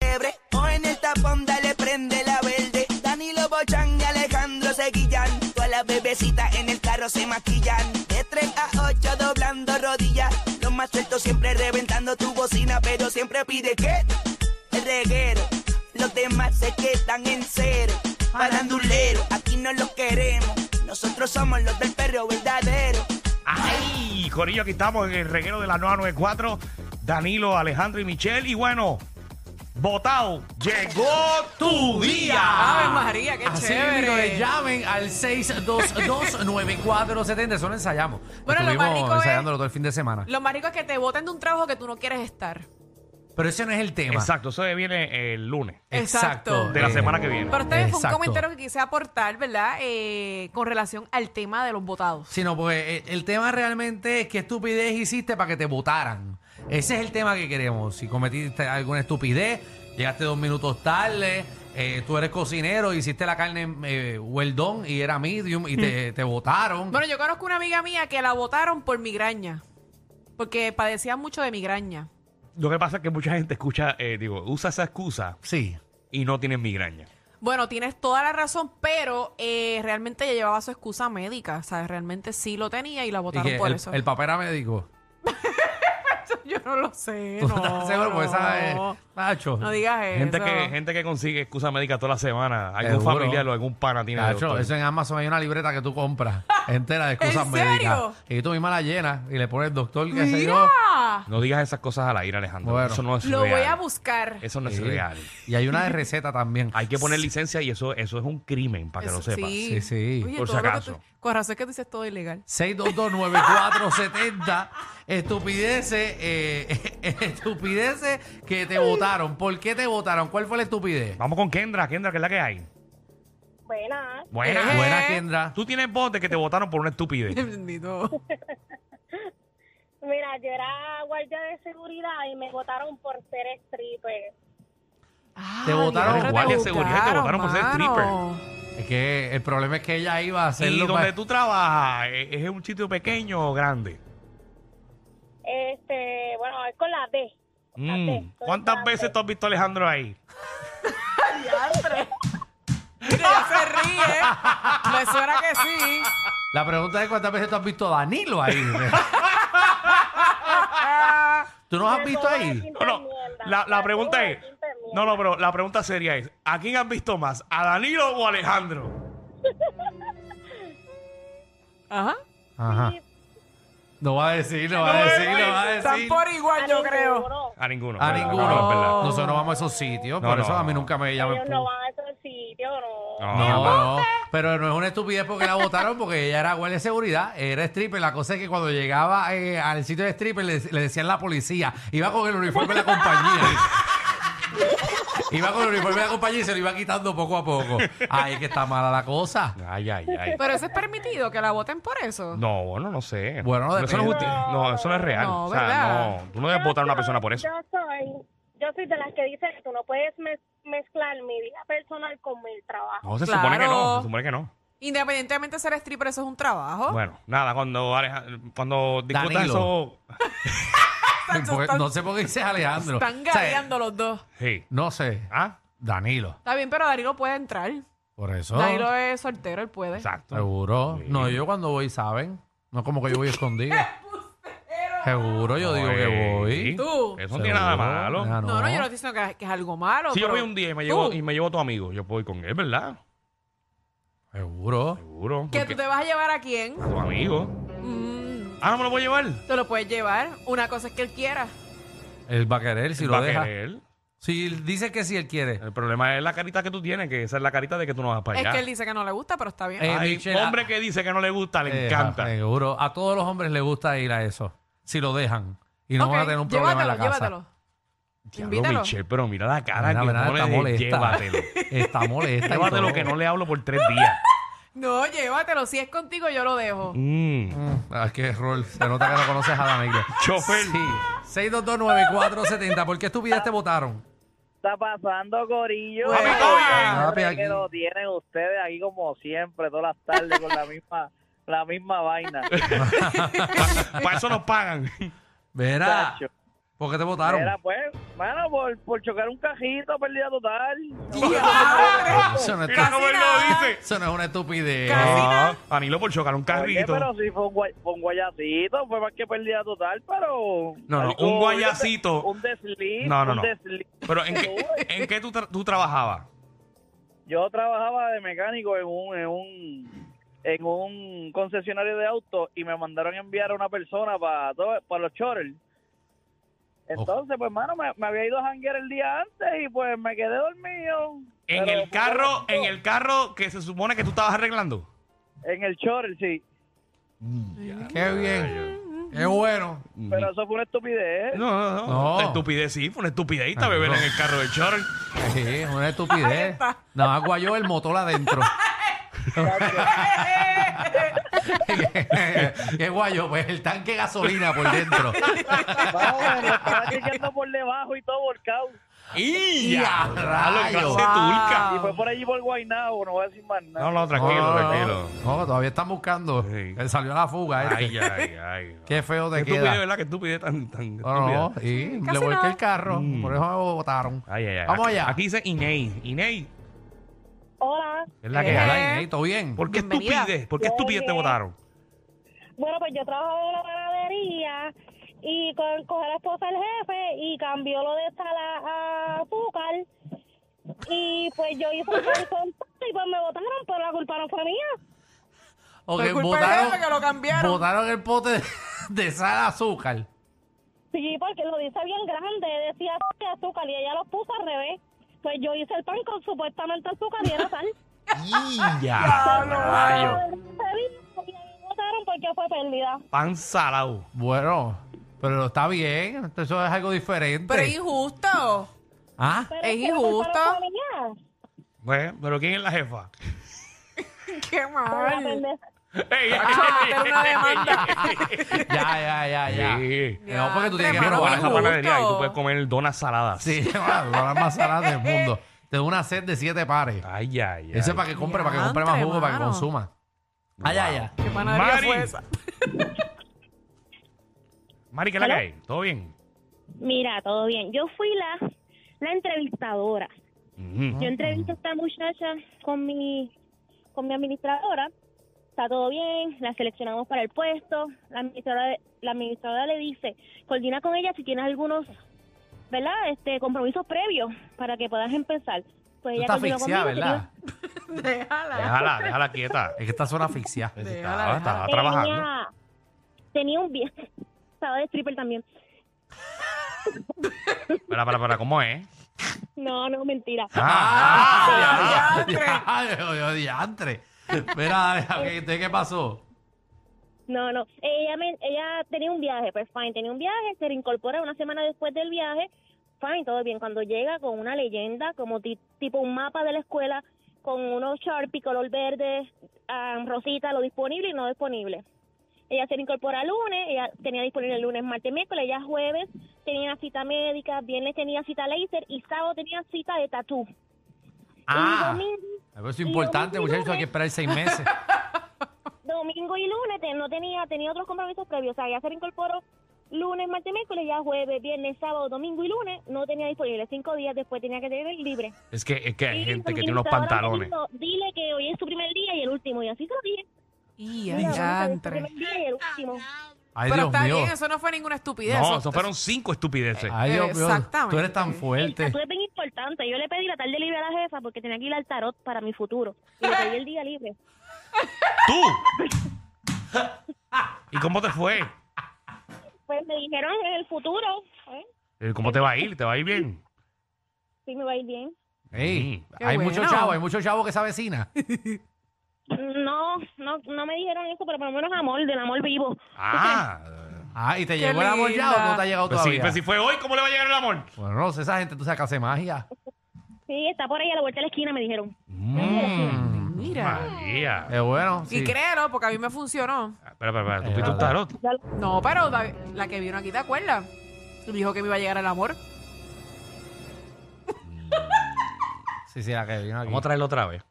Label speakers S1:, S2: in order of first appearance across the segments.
S1: fiebre. O en el tapón dale prende la verde. Danilo Bochán y Alejandro se guillan. Todas las bebecitas en el carro se maquillan. De 3 a 8 doblando rodillas. Los más sueltos siempre reventando tu bocina. Pero siempre pide que el reguero. Los demás se quedan en cero. Parandulero, aquí no los queremos. Nosotros somos los del perro verdadero.
S2: ¡Ay! Corillo, aquí estamos en el reguero de la 994. Danilo, Alejandro y Michelle. Y bueno, votado. Llegó tu
S3: Ave
S2: día.
S3: María, qué
S4: Así mismo,
S3: chévere.
S4: que llamen al 622-9470. Eso lo ensayamos.
S3: Bueno, lo
S4: Estuvimos
S3: más rico es-
S4: ensayándolo todo el fin de semana.
S3: Lo más rico es que te voten de un trabajo que tú no quieres estar.
S4: Pero ese no es el tema.
S2: Exacto, eso viene el lunes.
S3: Exacto.
S4: Eh.
S2: De la semana que viene.
S3: Pero este fue un
S4: Exacto.
S3: comentario que quise aportar, ¿verdad? Eh, con relación al tema de los votados.
S4: Sino pues eh, el tema realmente es qué estupidez hiciste para que te votaran. Ese es el tema que queremos. Si cometiste alguna estupidez, llegaste dos minutos tarde, eh, tú eres cocinero, hiciste la carne eh, well done y era medium y te, te votaron.
S3: Mm. Bueno, yo conozco una amiga mía que la votaron por migraña. Porque padecía mucho de migraña.
S2: Lo que pasa es que mucha gente escucha, eh, digo, usa esa excusa
S4: Sí.
S2: y no tiene migraña.
S3: Bueno, tienes toda la razón, pero eh, realmente ella llevaba su excusa médica. O sea, realmente sí lo tenía y la
S4: Y
S3: votaron
S4: que
S3: por
S4: el,
S3: eso.
S4: el papel era médico.
S3: Yo no lo sé.
S4: ¿Tú
S3: no,
S4: no estás seguro? Porque esa es-
S3: no.
S4: Nacho.
S3: No digas Ah, eso.
S2: Gente que, gente que consigue excusa médica toda la semana, algún
S4: Seguro.
S2: familiar o algún pana tiene
S4: Cacho,
S2: doctor.
S4: eso en Amazon hay una libreta que tú compras entera de excusas
S3: ¿En serio?
S4: médicas. Y tú misma la llenas y le pones doctor que se yo.
S3: Mira,
S2: No digas esas cosas al aire, Alejandro.
S4: Bueno.
S2: eso no es
S3: Ah, lo
S2: real.
S3: voy a buscar.
S2: Eso no es
S4: Sí.
S2: real.
S4: Y hay una de receta también.
S2: Hay que poner licencia y eso, eso es un crimen, para que
S3: Eso-
S2: lo sepas.
S4: Sí, sí.
S3: Oye,
S2: Por si
S3: todo lo que
S2: acaso.
S3: tú- con razón es que tú dices todo ilegal.
S4: 6229470 estupideces eh, estupideces que te votaron ¿por qué te votaron? ¿cuál fue la estupidez?
S2: Vamos con Kendra, Kendra, que es la que hay.
S5: Buenas.
S2: Buena.
S3: Eh.
S4: buena Kendra
S2: Tú tienes voz de que te votaron por una estupidez.
S3: Bendito.
S5: Mira, yo era guardia de seguridad y me votaron por ser stripper.
S4: Te votaron
S3: por
S2: guardia de seguridad, te votaron por ser
S4: es que el problema es que ella iba a
S2: ¿Y
S4: hacerlo
S2: donde
S4: pa-
S2: tú trabajas? ¿e- ¿Es un sitio pequeño o grande?
S5: Este, bueno, es con la D. La
S2: Mm.
S5: D, con la
S2: ¿Cuántas
S5: D.
S2: veces tú has visto a Alejandro ahí?
S3: Mira, ya se ríe. Me suena que sí.
S4: la pregunta es cuántas veces tú has visto a Danilo ahí
S3: Ah.
S4: ¿tú nos has
S5: Me
S4: visto
S5: tomo la
S4: ahí?
S5: quinta
S2: No, no.
S5: enmienda.
S2: La, la pregunta
S5: tomo la
S2: es.
S5: quinta enmienda.
S2: No, no, pero la pregunta seria es: ¿a quién has visto más? ¿A Danilo o a Alejandro?
S3: Ajá.
S4: ajá no va a decir no va a
S2: No,
S4: decir no
S2: no,
S4: va a
S3: Están
S4: decir
S3: por igual, Ah, yo creo.
S5: Seguro.
S2: A ninguno.
S4: a
S2: ¿verdad?
S4: ninguno
S2: No, es verdad.
S4: nosotros no vamos a esos sitios
S2: No,
S4: por
S2: no,
S4: eso a mí
S2: no.
S4: nunca me llaman
S5: Ellos no van a esos sitios, no.
S2: Ah, pues. No.
S4: No, no, pero no es una estupidez porque la votaron porque ella era guardia de seguridad, era stripper. La cosa es que cuando llegaba eh, al sitio de stripper le, le decían la policía, iba con el uniforme de la compañía. iba con el uniforme de la compañía y se lo iba quitando poco a poco. Ay, es que está mala la cosa.
S2: Ay, ay, ay.
S3: Pero eso es permitido, que la voten por eso.
S2: No, bueno, no sé.
S4: Bueno, no
S2: eso no, es
S4: depende.
S2: justi- no, eso no es real.
S3: No,
S2: o sea,
S3: ¿verdad?
S2: no, tú no debes votar a una
S5: Yo
S2: persona por eso.
S5: soy- Yo soy, yo soy de las que dicen que tú no puedes mez- mezclar mi vida personal con mi trabajo.
S2: No, se
S3: Claro.
S2: supone que no. Se supone que no.
S3: Independientemente de ser stripper, eso es un trabajo.
S2: Bueno, nada, cuando, Alej- cuando discutas
S4: Danilo.
S2: eso.
S4: Porque no sé por qué dices Alejandro.
S3: Están
S4: O sea,
S3: gadeando los dos.
S2: Sí.
S4: no sé.
S2: ¿Ah?
S4: Danilo.
S3: Está bien, pero Danilo puede entrar.
S4: Por eso.
S3: Danilo es soltero, él puede.
S2: Exacto.
S4: Seguro.
S2: Sí.
S4: No, yo cuando voy, ¿saben? No como que yo voy escondido. Seguro, yo digo que
S2: Oye,
S4: voy.
S3: Tú.
S2: Eso no tiene nada
S4: Seguro. Ah,
S2: malo.
S4: Nada,
S3: No, no, yo no estoy diciendo que, que es algo malo.
S2: Si yo
S3: pero
S2: voy un día y me llevo,
S3: tú,
S2: y me llevo a tu amigo, yo puedo ir con él, ¿verdad?
S4: Seguro.
S2: Seguro.
S3: que
S2: porque
S3: tú te vas a llevar a quién,
S2: a tu amigo.
S3: mm,
S2: Ah, no me lo puedo llevar.
S3: te lo puedes llevar. Una cosa es que él quiera.
S4: Él va a querer si
S2: Él
S4: lo
S2: va a
S4: deja.
S2: querer.
S4: Si él dice que sí, él quiere.
S2: El problema es la carita que tú tienes, que esa es la carita de que tú no vas para allá.
S3: Es que él dice que no le gusta, pero está bien.
S4: Eh,
S2: Hay
S4: Michelle,
S2: hombre que dice que no le gusta, le
S4: Eh,
S2: encanta.
S4: Seguro. A todos los hombres les gusta ir a eso. Si lo dejan. Y no
S3: Ok,
S4: van a tener un problema en la casa.
S3: llévatelo,
S2: Diablo,
S3: invítalo.
S2: Michelle, pero mira la cara
S4: Mira,
S2: que
S4: mira,
S2: pone
S4: está
S2: de
S4: molesta.
S2: llévatelo.
S4: Está molesta. y
S2: llévatelo
S4: todo.
S2: que no le hablo por tres días.
S3: No, llévatelo. Si es contigo, yo lo dejo.
S2: Mm.
S4: Mm, ah, qué error. Se nota que no conoces a Danilo.
S2: Chofer.
S4: Sí. 6229470. ¿Por qué estupidez te votaron?
S6: está pasando, Corillo?
S3: Papi,
S6: Ay,
S2: Goya.
S6: hombre,
S4: Papi, aquí.
S6: que lo tienen ustedes aquí como siempre, todas las tardes con la misma la misma vaina.
S2: Para eso nos pagan.
S4: Verá.
S6: Chacho.
S4: ¿Por qué te votaron?
S6: Era pues, mano, por, por chocar un cajito, pérdida total.
S4: Eso no, es
S2: Mira cómo él lo dice.
S4: eso no es una estupidez.
S3: Casi.
S2: Ah, Danilo por chocar un
S6: Oye,
S2: carrito.
S6: pero sí fue un, guay- fue un guayacito, fue más que pérdida total, pero...
S2: No, no, un guayacito.
S6: Un desliz.
S2: No, no,
S6: un
S2: no.
S6: desliz.
S2: Pero ¿en qué, en qué tú, tra- tú trabajabas?
S6: Yo trabajaba de mecánico en un, en un en un concesionario de autos y me mandaron a enviar a una persona para para los chorels. Entonces, pues, mano, me, me había ido a janguear el día antes y pues me quedé dormido.
S2: En
S6: Pero,
S2: el carro,
S6: pues,
S2: en el carro que se supone que tú estabas arreglando.
S6: En el chorel, sí.
S4: Qué bien. Qué bueno.
S6: Pero eso fue una estupidez.
S2: No, no, no.
S4: No.
S2: Una estupidez, sí, fue una estupidez
S4: Ah,
S2: beber
S4: no.
S2: en el carro de Chorel.
S4: Sí, es una
S3: Ahí
S4: estupidez.
S3: está.
S4: Nada más guayó el motor adentro. Qué guayo, pues el tanque de gasolina por dentro.
S6: Vamos, me estaba chequeando por debajo y todo volcado.
S2: ¡Y
S4: ¡Y
S2: ya!
S4: a
S2: ¡Clase
S4: rayos!
S2: turca!
S6: Y fue por allí por Guaynabo, no voy a decir más nada.
S2: No, no, tranquilo,
S4: No, no, no.
S2: tranquilo.
S4: No, todavía están buscando.
S2: Sí.
S4: Él salió a la fuga. este.
S2: Ay, ay, ay.
S4: Qué feo
S2: Qué
S4: te
S2: estupidez,
S4: queda.
S2: ¿verdad? Qué estupidez tan, tan
S4: No, no,
S2: estúpida.
S4: y
S3: Casi
S4: le volqué
S3: nada.
S4: el carro.
S2: Mm.
S4: Por eso me votaron.
S2: Ay, ay, ay.
S4: Vamos
S2: Aquí-
S4: allá.
S2: Aquí dice Iney. Iney,
S5: Hola.
S2: es la que
S4: ¿Qué
S3: Eh.
S2: hay.
S4: hay, Ney? ¿Todo bien?
S2: ¿Por qué
S3: Bienvenida.
S2: estupidez? ¿Por qué
S5: Yo
S2: estupidez te
S5: bien.
S2: votaron?
S5: Bueno, pues yo trabajaba en la panadería y con, coger a la esposa del jefe y cambió lo de sal a a azúcar. Y pues yo hice un contacto y pues me votaron, pero la culpa no fue mía.
S4: Ok,
S3: Fue culpa del jefe que lo cambiaron.
S4: Votaron el pote de, de sal a azúcar.
S5: Sí, porque lo dice bien grande, decía sal y azúcar y ella lo puso al revés. Pues yo hice el pan con supuestamente azúcar y era sal.
S2: ¡Y ya! rayos!
S5: Pero se vino y me votaron porque fue pérdida.
S2: Pan salado.
S4: Bueno, pero está bien. Eso es algo diferente.
S3: Pero es injusto.
S4: ¿Ah?
S5: Pero
S3: Es
S5: que la culpa no
S3: injusto.
S5: fue mía.
S2: Bueno, pero ¿quién es la jefa?
S3: Qué
S5: Por la
S3: mal.
S5: pendeja.
S2: ¡Ey, ey,
S3: Cállate, una demanda.
S4: Ya, ya, ya, ya.
S2: Sí.
S4: No, porque tú tienes que
S3: Pero
S2: Pero
S3: no
S2: para
S3: es
S2: esa
S4: probar.
S3: justo.
S2: panadería y tú puedes comer donas saladas.
S4: Sí, bueno, la más salada del mundo. Tengo una sed de siete pares.
S2: Ay, ay, ay.
S4: Ese es para que compre, para que compre más
S3: Diantre,
S4: jugo, para que
S3: mano.
S4: consuma. Ah, Ay, ay, ay.
S3: ¿Qué panadería
S2: Mari.
S3: fue esa?
S2: Mari, ¿qué es la que hay? ¿Todo bien?
S5: Mira, todo bien. Yo fui la, la entrevistadora.
S2: Ujú.
S5: Yo entrevisto a esta muchacha con mi, con mi administradora. Está todo bien, la seleccionamos para el puesto. La administradora, la administradora le dice, coordina con ella si tienes algunos, ¿verdad? Este, compromisos previos para que puedas empezar. Pues
S4: Tú
S5: ella
S4: estás
S5: coordinó
S4: asfixiada,
S5: conmigo,
S4: ¿verdad?
S3: Déjala.
S2: Déjala, déjala quieta.
S4: Es que estás una asfixiada.
S2: Estaba,
S3: Déjala,
S2: estaba
S5: que tenía-
S2: trabajando.
S5: Tenía un bien, estaba de stripper también.
S2: Espera, espera, espera, ¿cómo es?
S5: No, no, mentira.
S4: ¡Ah!
S3: diantre.
S4: ¡Diantre! ¡Diantre! Mira, ok, ¿de ¿qué pasó?
S5: No, no. Ella, me- ella tenía un viaje, pues fine, tenía un viaje, se reincorpora una semana después del viaje, fine, todo bien. Cuando llega con una leyenda, como ti- tipo un mapa de la escuela, con unos Sharpie color verde, ah, rosita, lo disponible y no disponible. Ella se reincorpora lunes, ella tenía disponible el lunes, martes, miércoles, ella jueves tenía cita médica, viernes tenía cita laser y sábado tenía cita de tatú.
S4: Ah.
S5: Y domingo
S4: Eso es importante,
S5: Y domingo y
S4: muchachos, hay que esperar seis meses.
S5: domingo y lunes te- no tenía tenía otros compromisos previos. O sea, ya se reincorporó lunes, martes, miércoles, ya jueves, viernes, sábado, domingo y lunes no tenía disponible. Cinco días después tenía que tener libre.
S2: Es que, es que hay
S5: Y
S2: gente
S5: la
S2: que tiene unos
S5: administradora me
S2: pantalones.
S5: dijo, Dile que hoy es su primer día y el último. Y así se lo dije.
S3: Y
S5: Mira, vamos, hoy es tu
S3: diantre.
S5: primer día y el último.
S2: Este
S4: Ay,
S3: Pero
S4: Dios
S3: está
S4: mío.
S3: bien, eso no fue ninguna estupidez.
S2: No, eso fueron cinco estupideces.
S4: Ay, Dios mío.
S3: Exactamente.
S4: Tú eres tan
S5: El
S4: fuerte.
S5: tatu es bien importante. Yo le pedí la tarde libre a la jefa porque tenía que ir al tarot para mi futuro. Y le pedí el día libre.
S2: ¡Tú! ¿Y cómo te fue?
S5: Pues me dijeron en el futuro. ¿eh?
S2: Eh, ¿Cómo te va a ir? ¿Te va a ir bien?
S5: Sí, me va a ir bien.
S4: Ey,
S2: Mm.
S3: Qué
S4: hay muchos
S3: bueno.
S4: chavos, hay muchos chavos que se avecina.
S5: No, no, no me dijeron eso, pero por lo menos amor, del amor vivo.
S2: Ah,
S4: Ah, ¿y te
S3: Qué
S4: llegó el amor ya
S3: linda.
S4: o no te ha llegado
S2: pues si,
S4: todavía?
S2: pues si fue hoy, ¿cómo le va a llegar el amor?
S4: Bueno, no sé, esa gente tú sabes que hace magia.
S5: Sí, está por ahí a la vuelta de la esquina, me dijeron.
S2: Mm,
S3: Mira.
S2: María.
S4: Es bueno.
S3: Y
S4: Sí.
S3: créelo, porque a mí me funcionó.
S2: Espera, espera, espera. ¿Tú
S4: Es
S2: viste un
S4: verdad.
S2: tarot?
S5: Ya lo-
S3: No, pero la, la que vino aquí, ¿te acuerdas? Dijo que me iba a llegar el amor.
S4: sí, sí, la que vino aquí.
S2: Vamos a traerlo otra vez.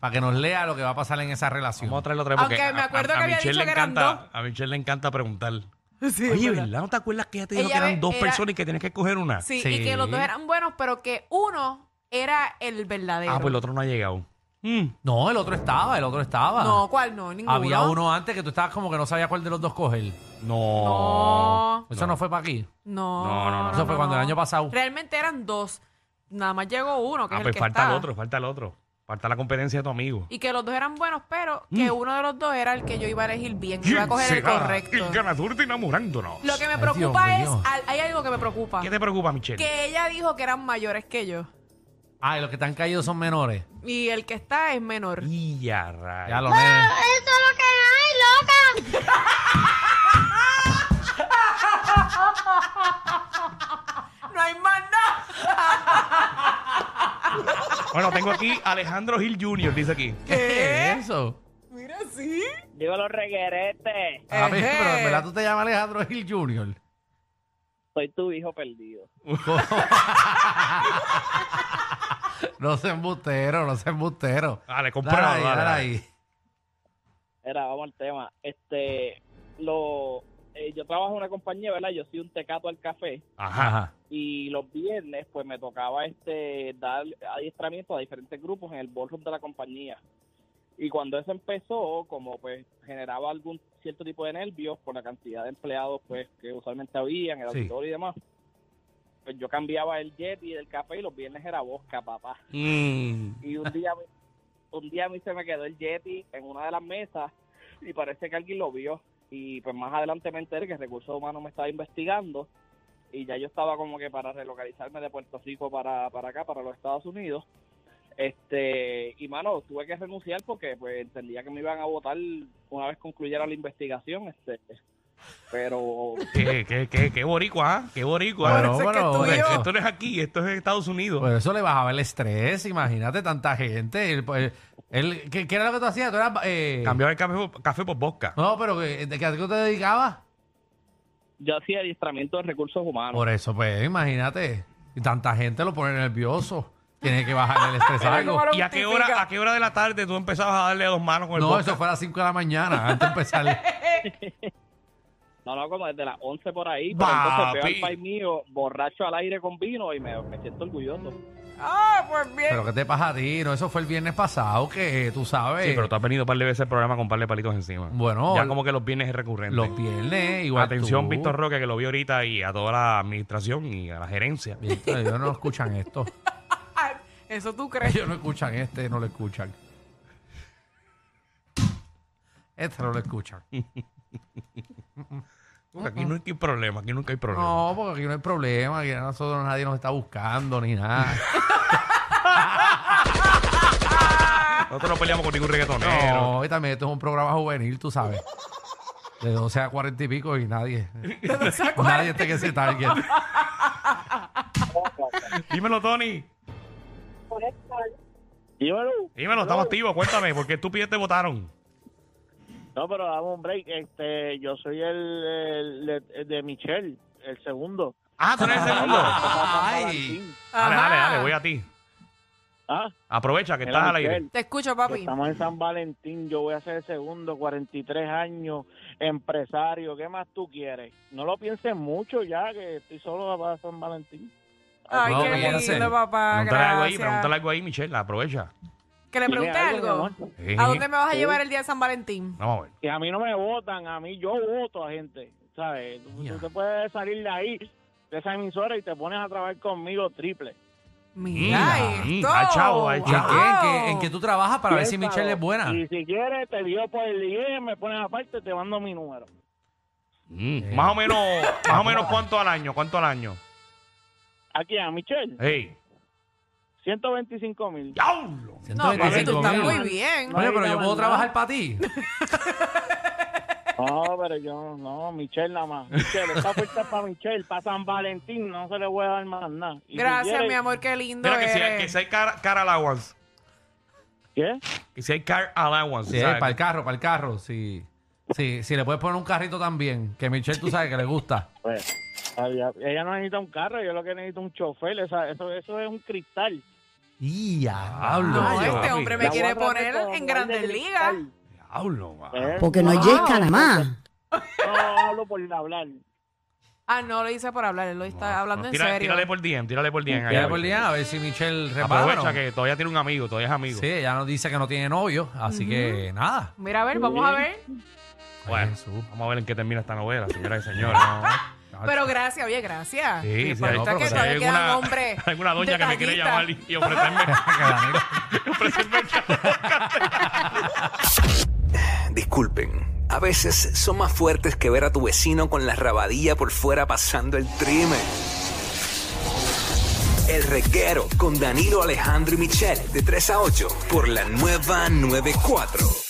S4: Para que nos lea lo que va a pasar en esa relación.
S2: Vamos a traerlo otra vez. porque
S3: Aunque me
S2: a-
S3: acuerdo
S2: a- a
S3: que había
S2: Michelle
S3: dicho
S2: le
S3: que eran
S2: encanta- A Michelle le encanta preguntar.
S3: Sí,
S2: Oye,
S3: es verdad.
S2: ¿verdad? ¿No te acuerdas que ella te dijo
S3: Ella
S2: que eran
S3: ve-
S2: dos
S3: era-
S2: personas y que tenías que escoger una?
S3: Sí,
S4: Sí.
S3: y que los dos eran buenos, pero que uno era el verdadero.
S2: Ah, pues el otro no ha llegado. Mm.
S4: No, el otro estaba, el otro estaba.
S3: No, ¿cuál no? Ninguno.
S4: Había uno antes que tú estabas como que no sabías cuál de los dos coger.
S2: No.
S4: Eso no, fue para aquí.
S3: No,
S2: No, no, no.
S4: Eso fue cuando el año pasado.
S3: Realmente eran dos. Nada más llegó uno, que
S2: Ah,
S3: es el
S2: pues
S3: que
S2: falta
S3: está.
S2: el otro, falta el otro. Falta la competencia de tu amigo.
S3: Y que los dos eran buenos, pero que uno de los dos era el que yo iba a elegir bien. Yo iba a coger el
S2: Mm. será
S3: correcto.
S2: el ganador de enamorándonos?
S3: Lo que me
S4: Ay,
S3: preocupa
S4: Dios
S3: es.
S4: mío.
S3: al- hay algo que me preocupa.
S2: ¿Qué te preocupa, Michelle?
S3: Que ella dijo que eran mayores que yo.
S4: Ah, y los que te han caído son menores.
S3: Y el que está es menor.
S2: Y ya, rayos.
S4: Ya lo nenes.
S3: ¡No hay más nada!
S2: Bueno, tengo aquí Alejandro Gil Jr., dice aquí.
S4: ¿Qué es eso?
S3: Mira, sí.
S6: Digo los regueretes.
S4: Ah, pero
S3: Ejé.
S4: en verdad tú te llamas Alejandro Gil Jr.
S6: Soy tu hijo perdido.
S4: No se embustero, no se embustero.
S2: Dale,
S4: Dale
S2: comprado,
S4: ahí,
S2: dale,
S4: dale
S2: dale.
S4: ahí.
S6: Era, vamos al tema. Este, lo, eh, yo trabajo en una compañía, ¿verdad? Yo soy un tecato al café
S2: Ajá.
S4: Ajá.
S6: y los viernes, pues me tocaba este dar adiestramiento a diferentes grupos en el ballroom de la compañía. Y cuando eso empezó, como pues generaba algún cierto tipo de nervios por la cantidad de empleados pues que usualmente había en el
S4: Sí.
S6: auditorio y demás, pues yo cambiaba el jet y el café y los viernes era bosca, papá.
S2: Mm.
S6: y un día me- un día a mí se me quedó el Yeti en una de las mesas y parece que alguien lo vio y pues más adelante me enteré que recursos humanos me estaba investigando y ya yo estaba como que para relocalizarme de Puerto Rico para, para acá para los Estados Unidos este y mano tuve que renunciar porque pues entendía que me iban a votar una vez concluyera la investigación este pero
S2: Qué, qué, qué, qué boricua, ¿ah? Qué boricua.
S4: Pero,
S3: eso es que
S4: pero,
S3: tú y
S4: bueno,
S3: yo.
S2: Esto no es aquí, esto es en Estados Unidos.
S4: Por eso le bajaba el estrés, imagínate tanta gente. Él, pues, él- ¿qué, qué era lo que tú hacías? Tú eras, eh,
S2: Cambiaba el café, por- café por vodka.
S4: No, pero eh, ¿de qué a qué te dedicabas?
S6: yo hacía adiestramiento de recursos humanos
S4: Por eso, pues, imagínate. Y tanta gente lo pone nervioso. Tiene que bajar el estrés algo.
S2: ¿Y a qué, hora, a qué hora de la tarde tú empezabas a darle dos manos con el
S4: No,
S2: vodka?
S4: eso fue a las 5 de la mañana, antes de empezar.
S6: no no como desde las 11 por ahí pero entonces veo
S2: Papi.
S6: al país mío borracho al aire con vino y me, me siento orgulloso
S3: ¡Ah, pues bien!
S4: Pero ¿qué te pasa a ti? No, eso fue el viernes pasado, que tú sabes.
S2: Sí, pero tú has venido un par de veces al programa con un par de palitos encima.
S4: Bueno,
S2: Ya como que los viernes es recurrente.
S4: los viernes, igual
S2: Atención,
S4: tú.
S2: Víctor Roque, que lo vio ahorita y a toda la administración y a la gerencia.
S4: Víctor, ellos no escuchan esto.
S3: Ay, Eso tú crees.
S4: Ellos no escuchan este, no lo escuchan. Este no lo escuchan.
S2: Aquí no hay problema, aquí nunca hay problema.
S4: No, porque aquí no hay problema, aquí a nosotros nadie nos está buscando ni nada.
S2: Nosotros no peleamos con ningún reggaetonero.
S4: No, y también esto es un programa juvenil, tú sabes. De 12 a 40 y pico y nadie. nadie está en ese target.
S2: Dímelo, Tony.
S7: Dímelo.
S2: Dímelo, estamos activos. Cuéntame, ¿por qué estupidez te votaron?
S7: No, pero dame un break. Este, yo soy el, el- el de Michelle, el segundo.
S2: Ah, tú eres el segundo.
S4: Ay.
S2: Dale,
S3: Ajá.
S2: dale, dale, voy a ti.
S7: Ah,
S2: Aprovecha que
S7: era
S2: estás al
S7: Michelle.
S2: aire.
S3: Te escucho, papi.
S7: Estamos en San Valentín, yo voy a ser el segundo, 43 años, empresario, ¿qué más tú quieres? No lo pienses mucho ya, que estoy solo para San Valentín.
S3: Ay,
S4: No,
S3: qué
S4: piensen.
S3: lindo, papá.
S2: Pregúntale algo ahí,
S3: Ah, Gracias.
S2: pregúntale algo ahí, Michelle. Aprovecha.
S3: Que le
S7: Dime
S3: pregunte
S7: algo,
S3: algo.
S7: mi amor.
S2: Sí.
S3: ¿A dónde me vas a llevar el día de San Valentín?
S2: Vamos a ver.
S7: Que a mí no me votan, a mí yo voto a gente, ¿sabes? Tú, tú
S4: Ya.
S7: te puedes salir de ahí, de esa emisora y te pones a trabajar conmigo triple.
S3: Mira
S2: Mm,
S3: esto.
S2: al chavo, al
S4: ¿En
S2: chavo.
S4: qué? ¿En qué, en qué tú trabajas para ver si
S7: Piénsalo.
S4: Michelle es buena?
S7: Y si quieres, te dio por el DM, me pones aparte, te mando mi número.
S2: Mm, Más o menos, más o menos cuánto al año, cuánto al año.
S7: Aquí a Michelle,
S2: Ey.
S7: 125 mil.
S2: ¡Diablo!
S3: No, papi, tú
S4: 125
S3: estás
S4: mil.
S3: muy bien.
S4: Oye, pero yo puedo
S7: Marina,
S4: trabajar para ti.
S7: No, pero yo, no, Michelle nada más. Michelle, esta puerta es para Michelle, para San Valentín, no se le voy a dar más nada. Y si
S3: Gracias,
S7: quieres-
S3: mi amor, qué lindo
S2: Mira que si, hay, que
S3: eres.
S2: si hay car, car allowance.
S7: ¿Qué?
S2: Que si hay car allowance.
S4: Sí,
S2: ¿sabes?
S4: para el carro, para el carro. Sí. Sí, sí, le puedes poner un carrito también, que Michelle tú sabes que le gusta.
S7: Pues, ella, ella no necesita un carro, yo lo que necesito es un chofer, esa- eso, eso es un cristal.
S4: ¡Y
S3: No,
S2: Ay,
S3: este
S2: papi.
S3: hombre
S7: La
S3: me
S7: voy
S3: quiere
S7: a tratar
S3: poner
S7: como
S3: en
S7: mujer de
S3: grandes ligas.
S7: cristal,
S2: Diablo, mano.
S7: ¿eh?
S8: Porque no es yesca nada más.
S7: No hablo por hablar.
S3: Ah, no lo hice por hablar, él lo está hablando en
S2: Tira-
S3: serio.
S2: Tírale por DM, tírale por DM. ahí,
S4: Ya
S2: a
S4: por
S2: ver.
S4: día, a ver si Michelle repara.
S2: Aprovecha que todavía tiene un amigo, todavía es amigo.
S4: Sí, ella nos dice que no tiene novio, así que nada.
S3: Mira, a ver, vamos a ver.
S2: Bueno,
S4: Ay, Jesús.
S2: vamos a ver en qué termina esta novela, señoras y señores. ¿no?
S3: Pero gracias, oye, gracias.
S2: Sí, sí,
S3: por
S2: hay-
S3: esto es que
S2: si
S3: todavía
S2: hay
S3: quedan
S2: alguna-
S3: hombres.
S2: alguna doña que me quiere llamar
S3: detallistas.
S2: y, y ofrecerme, ofrecerme el
S8: Disculpen, a veces son más fuertes que ver a tu vecino con la rabadilla por fuera pasando el trimen. El reguero con Danilo Alejandro y Michel de 3 a 8 por la nueva 94.